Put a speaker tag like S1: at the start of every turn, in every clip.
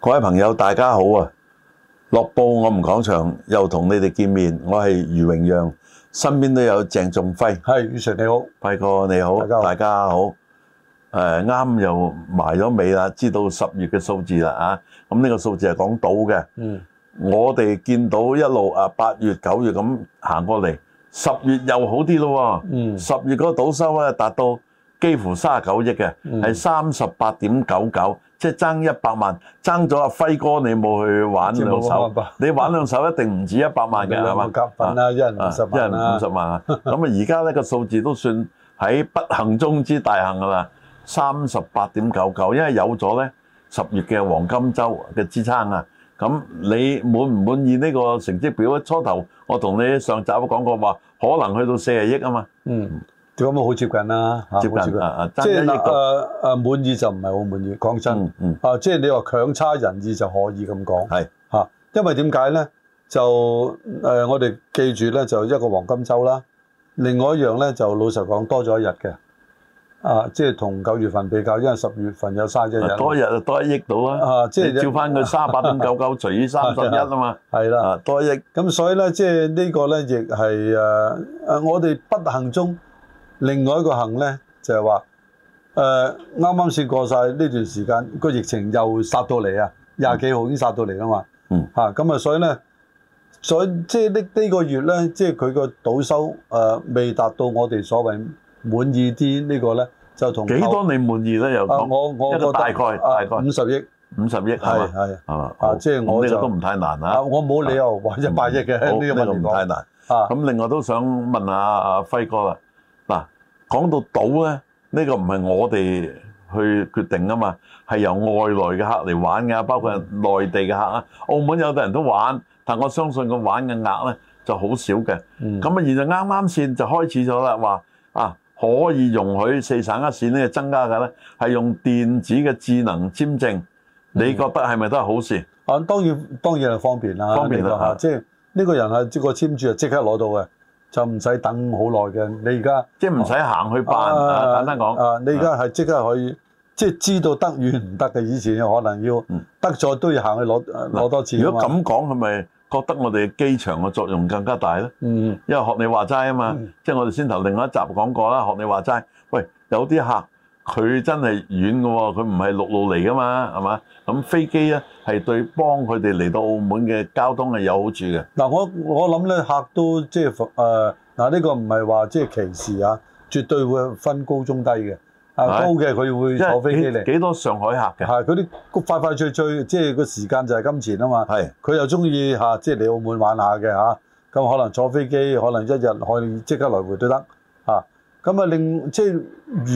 S1: 各位朋友，大家好啊！樂報我們講場，又同你哋見面，我係余榮讓，身邊都有鄭仲輝，
S2: 係，宇常你好，
S1: 輝哥你好，
S2: 大家好
S1: 大家好。誒啱又埋咗尾啦，知道十月嘅數字啦啊！咁呢個數字係講到嘅，
S2: 嗯，
S1: 我哋見到一路啊八月九月咁行過嚟，十月又好啲咯喎。
S2: 嗯
S1: 十月嗰個賭收咧達到幾乎三十九億嘅，
S2: 嗯
S1: 係三十八點九九，即係爭一百萬，爭咗阿輝哥你冇去玩兩
S2: 即係冇
S1: 手
S2: 辦法，
S1: 你玩兩手一定唔止一百 萬嘅係嘛？
S2: 夾份啦，一人
S1: 啊
S2: 五十
S1: 一
S2: 萬
S1: 人
S2: 啦
S1: 五十，萬啊！咁啊，而家呢個數字都算喺不幸中之大幸㗎啦，三十八點九九，因為有咗咧十月嘅黃金周嘅支撐啊！咁你滿唔滿意呢個成績表咧？初頭我同你上集都講過話，可能去到四十億啊嘛，
S2: 嗯，咁啊好接近啦，嚇
S1: 接
S2: 好
S1: 近啊啊，
S2: 即
S1: 爭一
S2: 係
S1: 億
S2: 嗱
S1: 度。
S2: 誒誒滿意就唔係好滿意，講真
S1: 嗯，嗯，
S2: 啊，即係你話強差人意就可以咁講，
S1: 係
S2: 嚇，因為點解咧？就誒我哋記住咧，就一個黃金周啦，另外一樣咧就老實講多咗一日嘅，啊，即係同九月份比較，因為十月份有三一日，
S1: 啊多一日就多一億度啦。
S2: 啊，即
S1: 你
S2: 係
S1: 照翻佢三十八點九九除以三十一啊 嘛，
S2: 係啦。
S1: 啊多一億
S2: 咁所以咧，即係呢個咧，亦係誒誒，我哋不幸中另外一個幸咧，就係話誒啱啱先過晒呢段時間，個疫情又殺到嚟啊！廿幾號已經殺到嚟啦嘛，
S1: 嗯
S2: 嚇咁啊，所以咧，所以即係呢呢個月咧，即係佢個賭收誒、呃未達到我哋所謂滿意啲呢個咧，就同
S1: 幾多你滿意咧？又
S2: 啊？
S1: 講
S2: 我我
S1: 一
S2: 覺
S1: 個
S2: 得
S1: 大概大概
S2: 五十億
S1: 五十億係嘛
S2: 係？係
S1: 係嘛？
S2: 啊
S1: 好
S2: 即係
S1: 咁
S2: 我
S1: 呢個
S2: 就
S1: 都唔太難
S2: 啊！
S1: 啊。
S2: 我冇理由 話一百億嘅
S1: 嗯好
S2: 呢個
S1: 呢個
S2: 問
S1: 唔
S2: 題
S1: 太
S2: 講
S1: 難。
S2: 啊！
S1: 咁另外都想問下阿輝哥啦。嗱，講到賭咧，呢個唔係我哋去決定啊嘛，係由外來嘅客嚟玩㗎，包括係
S2: 嗯
S1: 內地嘅客啊。澳門有啲人都玩，但我相信佢玩嘅額咧就好少嘅。
S2: 嗯
S1: 咁啊，現在啱啱先就開始咗啦，話啊可以容許四省一線呢增加嘅咧，係用電子嘅智能簽證，你
S2: 嗯
S1: 覺得係咪都係好事？
S2: 啊，當然當然係方便啦，
S1: 方便啦
S2: 呢個
S1: 啊
S2: 即係呢個人係即個簽注就啊即刻攞到嘅，就唔使等好耐嘅。你而家
S1: 即係唔使行去辦啊，簡單講，
S2: 啊，你而家係即刻可以即係知道得與唔得嘅，以前可能要
S1: 嗯
S2: 得咗都要行去攞攞多次㗎
S1: 如
S2: 嘛。
S1: 果咁講，係咪覺得我哋機場嘅作用更加大咧？
S2: 嗯，
S1: 因為學你話齋啊嘛
S2: 嗯，
S1: 即係我哋先頭另外一集講過啦，學你話齋，喂，有啲客佢真係遠嘅喎，佢唔係陸路嚟噶嘛，係嘛？咁啊飛機咧係對幫佢哋嚟到澳門嘅交通係有好處嘅，
S2: 嗱我我諗咧客都即係誒嗱呢個唔係話即係歧視啊，絕對會分高中低嘅。啊
S1: 係
S2: 高嘅佢會坐飛機
S1: 因為
S2: 嚟
S1: 幾，幾多上海客嘅，
S2: 係佢啲快快脆脆，即係個時間就係金錢啊嘛。
S1: 係
S2: 佢又中意嚇，即係嚟澳門玩下嘅嚇。咁、可能坐飛機，可能一日可以即刻來回都得嚇。咁啊，另即係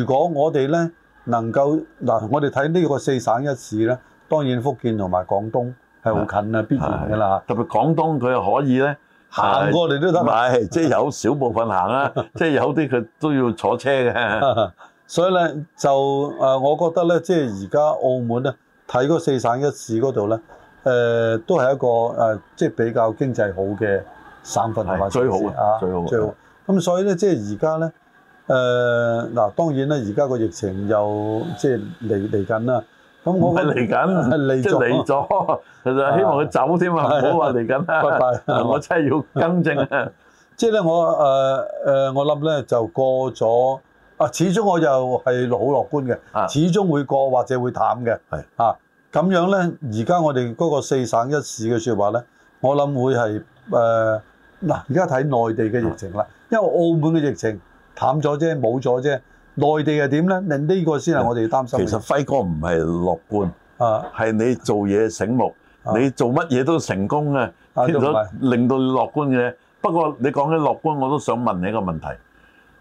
S2: 如果我哋咧能夠嗱，我哋睇呢個四省一市咧，當然福建同埋廣東係好近啊，必然㗎啦。
S1: 特別廣東佢又可以咧
S2: 行過嚟都
S1: 唔
S2: 得
S1: 係，即係有少部分行 啦，即係有啲佢都要坐車嘅。
S2: 啊，所以咧就誒、呃我覺得咧，即係而家澳門咧睇嗰四省一市嗰度咧，誒、都係一個誒、呃即係比較經濟好嘅省份同埋
S1: 係最好嘅
S2: 城市啊，
S1: 最好嘅
S2: 最好。咁所以咧，即係而家咧，誒、嗱，當然咧，而家個疫情又即係嚟嚟緊啦。咁
S1: 唔
S2: 我
S1: 係嚟緊，
S2: 嚟
S1: 即係嚟
S2: 咗，
S1: 咗，佢就希望佢走添啊！唔好話嚟緊
S2: 拜
S1: 啦，
S2: 拜。
S1: 我真係要更正啊！
S2: 即係咧，我誒誒、呃我諗咧就過咗啊，始終我又係好樂觀嘅，
S1: 啊
S2: 始終會過或者會淡嘅。
S1: 係
S2: 啊，咁樣咧，而家我哋嗰個四省一市嘅説話咧，我諗會係誒嗱，而家睇內地嘅疫情
S1: 嗯
S2: 啦，因為澳門嘅疫情淡咗啫，冇咗啫，內地係點咧？呢、呢個先係我哋擔
S1: 嗯其
S2: 心嘅。
S1: 實輝哥唔係樂觀，
S2: 啊，
S1: 係你做嘢醒目，
S2: 啊
S1: 你做乜嘢都成功啊！
S2: 啊
S1: 變
S2: 都唔係
S1: 咗令到你樂觀嘅。不過你講起樂觀，我都想問你一個問題。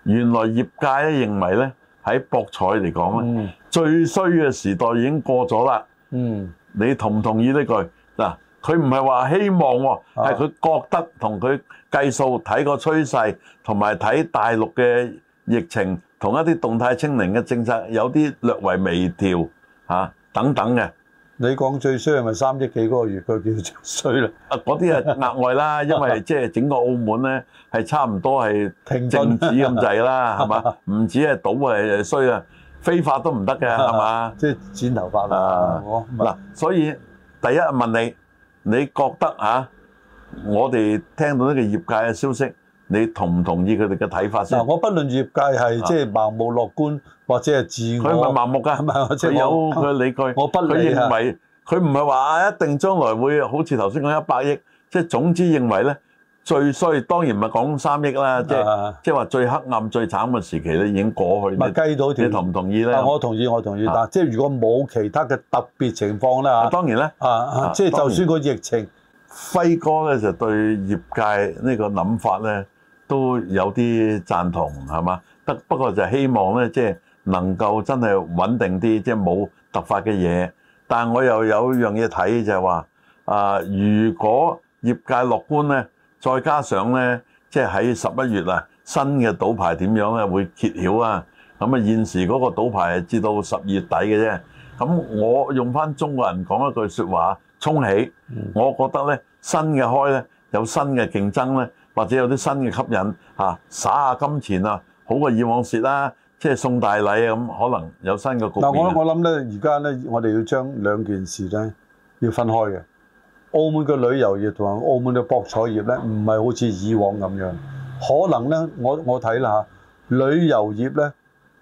S1: 原來業界咧認為咧喺博彩嚟講咧，
S2: 嗯
S1: 最衰嘅時代已經過咗啦。
S2: 嗯
S1: 你同唔同意呢句？嗱，佢唔係話希望喎，
S2: 啊
S1: 係佢覺得同佢計數睇個趨勢，同埋睇大陸嘅疫情同一啲動態清零嘅政策有啲略為微調嚇、啊等等嘅。
S2: 你講最衰係咪三億幾嗰個月佢叫最衰啦？
S1: 啊，嗰啲係額外啦，因為即係整個澳門咧係差唔多係靜
S2: 停頓
S1: 止咁滯啦，係嘛？唔止係賭係衰啊，非法都唔得嘅係嘛？
S2: 即係剪頭髮
S1: 啊
S2: 啦，我
S1: 嗱，所以第一問你，你覺得啊，我哋聽到呢個業界嘅消息，你同唔同意佢哋嘅睇法先
S2: 嗱，？我不論業界係
S1: 啊
S2: 即係盲目樂觀或者係自
S1: 佢唔係
S2: 我，
S1: 盲目㗎，
S2: 係咪即
S1: 佢
S2: 係
S1: 有
S2: 我
S1: 佢理據。
S2: 我不
S1: 佢
S2: 理
S1: 認
S2: 啊。
S1: 為佢唔係話啊，一定將來會好似頭先講一百億，即係總之認為咧最衰，當然唔係講三億啦，即係
S2: 啊
S1: 即係話最黑暗、最慘嘅時期咧已經過去，
S2: 咪
S1: 你
S2: 計到條
S1: 你同唔同意咧？
S2: 啊，我同意，我同意。
S1: 啊
S2: 但即係如果冇其他嘅特別情況咧
S1: 啊
S2: 嚇，
S1: 當然咧，
S2: 啊啊，即係
S1: 當然
S2: 就算個疫情
S1: 輝哥咧就對業界呢個諗法咧都有啲贊同係嘛？得不過就希望咧，即係能夠真係穩定啲，即係冇突發嘅嘢。但係我又有樣嘢睇就係話啊，如果業界樂觀咧，再加上咧，即係喺十一月啊，新嘅賭牌點樣咧會揭曉啊？咁啊，現時嗰個賭牌係至到十二月底嘅啫。咁我用翻中國人講一句説話，沖起。我覺得咧，新嘅開咧，有新嘅競爭咧，或者有啲新嘅吸引嚇，撒下金錢啊，好過以往蝕啦，即係送大禮啊咁，可能有新嘅局
S2: 嗱，我
S1: 面啊。
S2: 我諗咧，而家咧，我哋要將兩件事咧要分開嘅。澳門嘅旅遊業同埋澳門嘅博彩業咧，唔係好似以往咁樣。可能咧，我我睇啦嚇，旅遊業咧，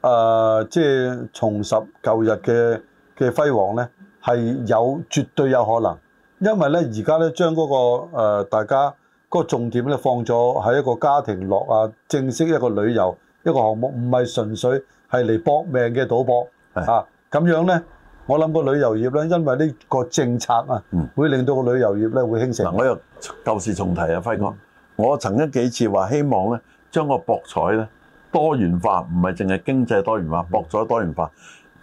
S2: 誒、即係重拾舊日嘅嘅輝煌咧，係有絕對有可能。因為咧，而家咧將嗰個、呃、大家嗰個重點咧放咗喺一個家庭樂啊，正式一個旅遊一個項目，唔係純粹係嚟搏命嘅賭博
S1: 係
S2: 啊。咁樣咧，我諗個旅遊業咧，因為呢個政策啊，
S1: 嗯
S2: 會令到個旅遊業咧會興
S1: 嗱，
S2: 盛。
S1: 我又舊事重提啊，輝哥，我曾經幾次話希望咧，將個博彩咧多元化，唔係淨係經濟多元化，
S2: 嗯
S1: 博彩多元化，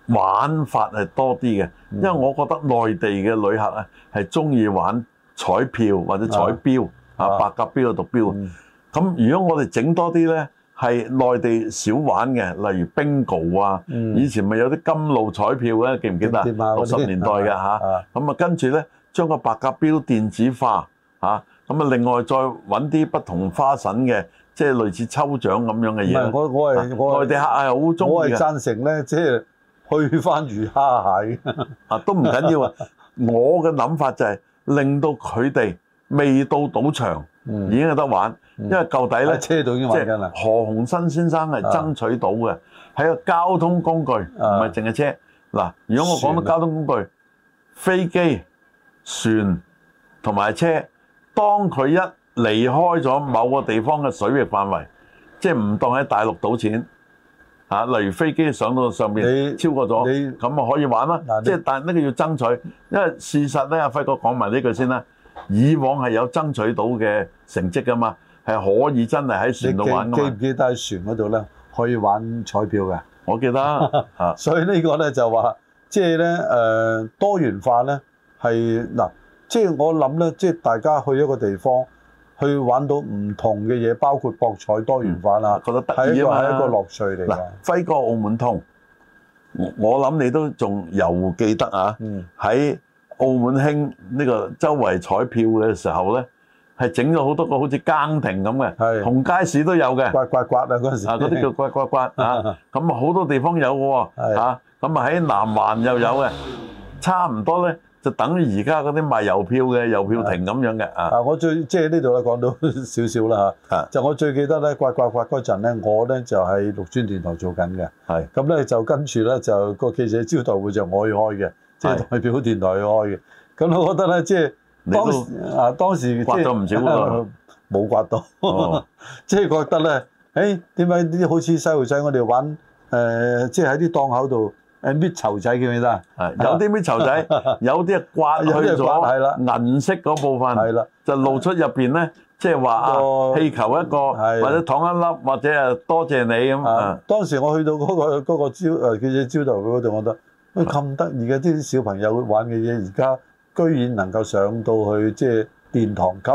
S1: 玩法係多啲嘅，
S2: 嗯
S1: 因為我覺得內地嘅旅客啊係中意玩彩票或者彩標啊，
S2: 啊
S1: 白鴿標啊、獨標啊。
S2: 嗯
S1: 咁如果我哋整多啲咧，係內地少玩嘅，例如 bingo 啊，
S2: 嗯
S1: 以前咪有啲金路彩票嘅，記唔記得啊？
S2: 點啊
S1: 六
S2: 嗰啲
S1: 十年代嘅
S2: 啊
S1: 嚇，咁啊跟住咧將個白鴿標電子化嚇，咁啊另外再揾啲不同花神嘅，即係類似抽獎咁樣嘅
S2: 唔係
S1: 嘢。
S2: 我我係
S1: 啊
S2: 我
S1: 內地客係好中
S2: 我
S1: 意
S2: 係
S1: 嘅，
S2: 贊成咧，即係去翻魚蝦蟹。
S1: 啊都唔緊要啊！ 我嘅諗法就係令到佢哋未到賭場已
S2: 嗯，
S1: 經有得玩，因
S2: 嗯
S1: 為舊底咧
S2: 喺。車度已經
S1: 即
S2: 玩緊
S1: 係
S2: 啦。
S1: 何鴻燊先生係
S2: 啊
S1: 爭取到嘅，係個交通工具，唔係淨係車。嗱，如果我講到
S2: 船啊
S1: 交通工具，飛機、船同埋車，當佢一離開咗某個地方嘅水域範圍，即係唔當喺大陸賭錢啊，例如飛機上到上面
S2: 你
S1: 超過咗，
S2: 你
S1: 咁啊可以玩啦
S2: 嗱。你
S1: 即係但係呢個要爭取，因為事實咧，阿輝哥講埋呢句先啦。以往係有爭取到嘅成績噶嘛，係可以真係喺
S2: 你
S1: 船度玩
S2: 記
S1: 噶
S2: 記
S1: 嘛
S2: 唔。記得喺船嗰度咧可以玩彩票嘅？
S1: 我 記得啊，
S2: 所以呢個咧就話，即係咧誒多元化咧係嗱，即係我諗咧，即係大家去一個地方去玩到唔同嘅嘢，包括博彩多元化啦，
S1: 覺得
S2: 係
S1: 得
S2: 一
S1: 意
S2: 個
S1: 啊嘛。
S2: 係一個樂趣嚟
S1: 嗱
S2: 嘅。，
S1: 輝哥澳門通，我我諗你都仲猶記得啊。
S2: 嗯，
S1: 喺澳門興呢個周圍彩票嘅時候咧，係整咗好多個好似更亭咁嘅，
S2: 係
S1: 紅街市都有嘅。
S2: 刮刮刮啊嗰陣時，
S1: 啊！嗰啲叫刮刮刮啊！咁啊好多地方有嘅喎
S2: 係
S1: 啊！咁啊喺南環又有嘅，差唔多咧就等於而家嗰啲賣郵票嘅郵票亭咁樣嘅啊！
S2: 啊！我最即係呢度咧講到少少啦
S1: 啊
S2: 嚇，就我最記得咧刮刮刮嗰陣咧，我咧就喺綠村電台做緊嘅，
S1: 係
S2: 咁咧就跟住咧就個記者招待會就我去開嘅，即係
S1: 係
S2: 代表電台去開嘅。咁我覺得咧，即係
S1: 你
S2: 當
S1: 都
S2: 時啊當時即係
S1: 刮咗唔少喎
S2: 冇刮到，
S1: 哦
S2: 即係覺得咧，誒點解啲好似細路仔我哋玩誒，即係喺啲檔口度誒搣籌仔記唔記得啊？
S1: 係有啲咩籌 仔，有啲係刮去
S2: 有啲係刮係啦
S1: 咗銀色嗰部
S2: 係
S1: 分，
S2: 啦，
S1: 就露出入邊咧，即係話啊
S2: 個
S1: 氣球一個，
S2: 係
S1: 或者糖一粒，或者啊多謝你咁
S2: 啊
S1: 啊！！
S2: 當時我去到嗰、個嗰、個招誒記者招待會嗰度，我覺得喂咁得意嘅啲小朋友玩嘅嘢，而家居然能夠上到去即係殿堂級，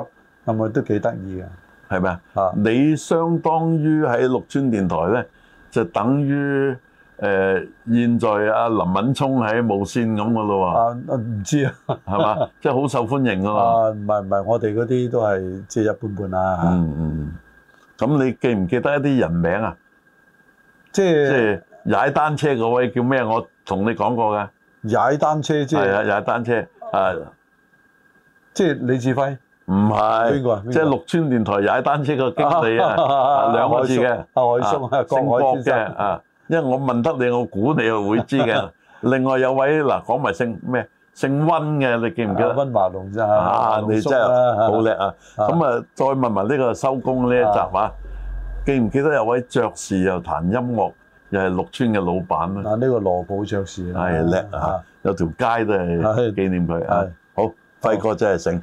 S2: 係咪都幾得意嘅？
S1: 係咪啊？
S2: 啊
S1: 你相當於喺綠村電台咧，就等於誒、呃、現在阿林敏聰喺無線咁噶咯
S2: 啊啊唔知啊，
S1: 喎，係 嘛？即係好受歡迎噶嘛。
S2: 啊唔係唔係，我哋嗰啲都係即係一般般啦、嚇
S1: 嗯嗯。咁你記唔記得一啲人名啊？
S2: 即
S1: 即
S2: 係
S1: 係踩單車嗰位叫咩？我同你講過嘅，
S2: 踩單車即
S1: 係
S2: 係
S1: 啊，踩單車啊，
S2: 即係李志輝
S1: 唔係，
S2: 邊個啊邊個
S1: 即係綠村電台踩單車個經 理啊，兩個字嘅，
S2: 啊海叔啊
S1: 啊
S2: 郭
S1: 姓
S2: 海
S1: 郭
S2: 先
S1: 嘅
S2: 生
S1: 啊，因為我問得你，我估你又會知 嘅。另外有位嗱講埋姓咩，姓温嘅，你記唔記
S2: 啊
S1: 得？
S2: 温華龍啫
S1: 啊，你真係好叻啊！
S2: 啊
S1: 咁啊，再問埋呢個收工呢一集啊，記唔記得有位爵士又彈音樂，又係綠村嘅老闆啊？
S2: 嗱，呢個羅寶爵士啦
S1: 係叻啊！！有條街都係
S2: 係
S1: 紀念佢啊
S2: 係！
S1: 好，輝哥真係醒。